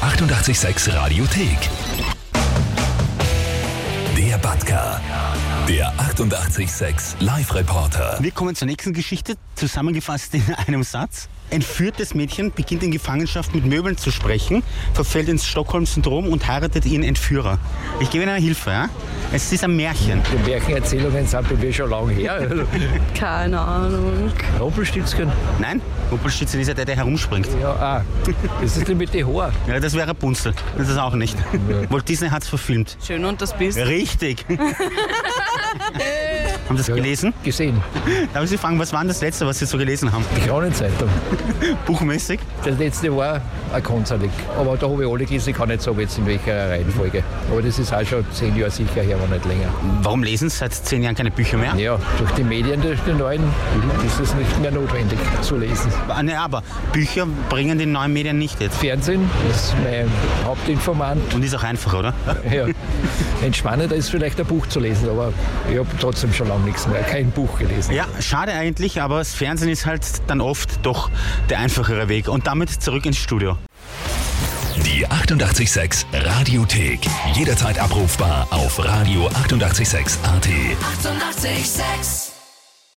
886 Radiothek. Der Batka. Der 886 Live-Reporter. Wir kommen zur nächsten Geschichte, zusammengefasst in einem Satz. Entführtes Mädchen beginnt in Gefangenschaft mit Möbeln zu sprechen, verfällt ins Stockholm-Syndrom und heiratet ihren Entführer. Ich gebe Ihnen eine Hilfe. Ja? Es ist ein Märchen. Die Märchenerzählungen sind bei mir schon lange her. Keine Ahnung. Rumpelstilzchen. Nein, Rumpelstilzchen ist ja der, der herumspringt. Ja, ah. Das ist die mit den Haaren. Ja, das wäre Rapunzel. Das ist auch nicht. Walt Disney hat's verfilmt. Schön und das Biest. Richtig. haben Sie das Ja, ja. gelesen? Gesehen. Darf ich Sie fragen, was war denn das Letzte, was Sie so gelesen haben? Die Kronenzeitung. Buchmäßig? Das letzte war ein Konzerlik. Aber da habe ich alle gelesen, ich kann nicht sagen, jetzt in welcher Reihenfolge. Aber das ist auch schon zehn Jahre sicher her, aber nicht länger. Warum lesen Sie seit zehn Jahren keine Bücher mehr? Ja, durch die Medien, durch die neuen, ist es nicht mehr notwendig zu lesen. Ah, Nee, aber Bücher bringen die neuen Medien nicht jetzt. Fernsehen ist mein Hauptinformant. Und ist auch einfacher, oder? Ja. Entspannender ist vielleicht ein Buch zu lesen, aber ich habe trotzdem schon lange nichts mehr, kein Buch gelesen. Ja, schade eigentlich, aber das Fernsehen ist halt dann oft doch der einfachere Weg. Und damit zurück ins Studio. Die 886 Radiothek. Jederzeit abrufbar auf radio886.at. 886! 886. 886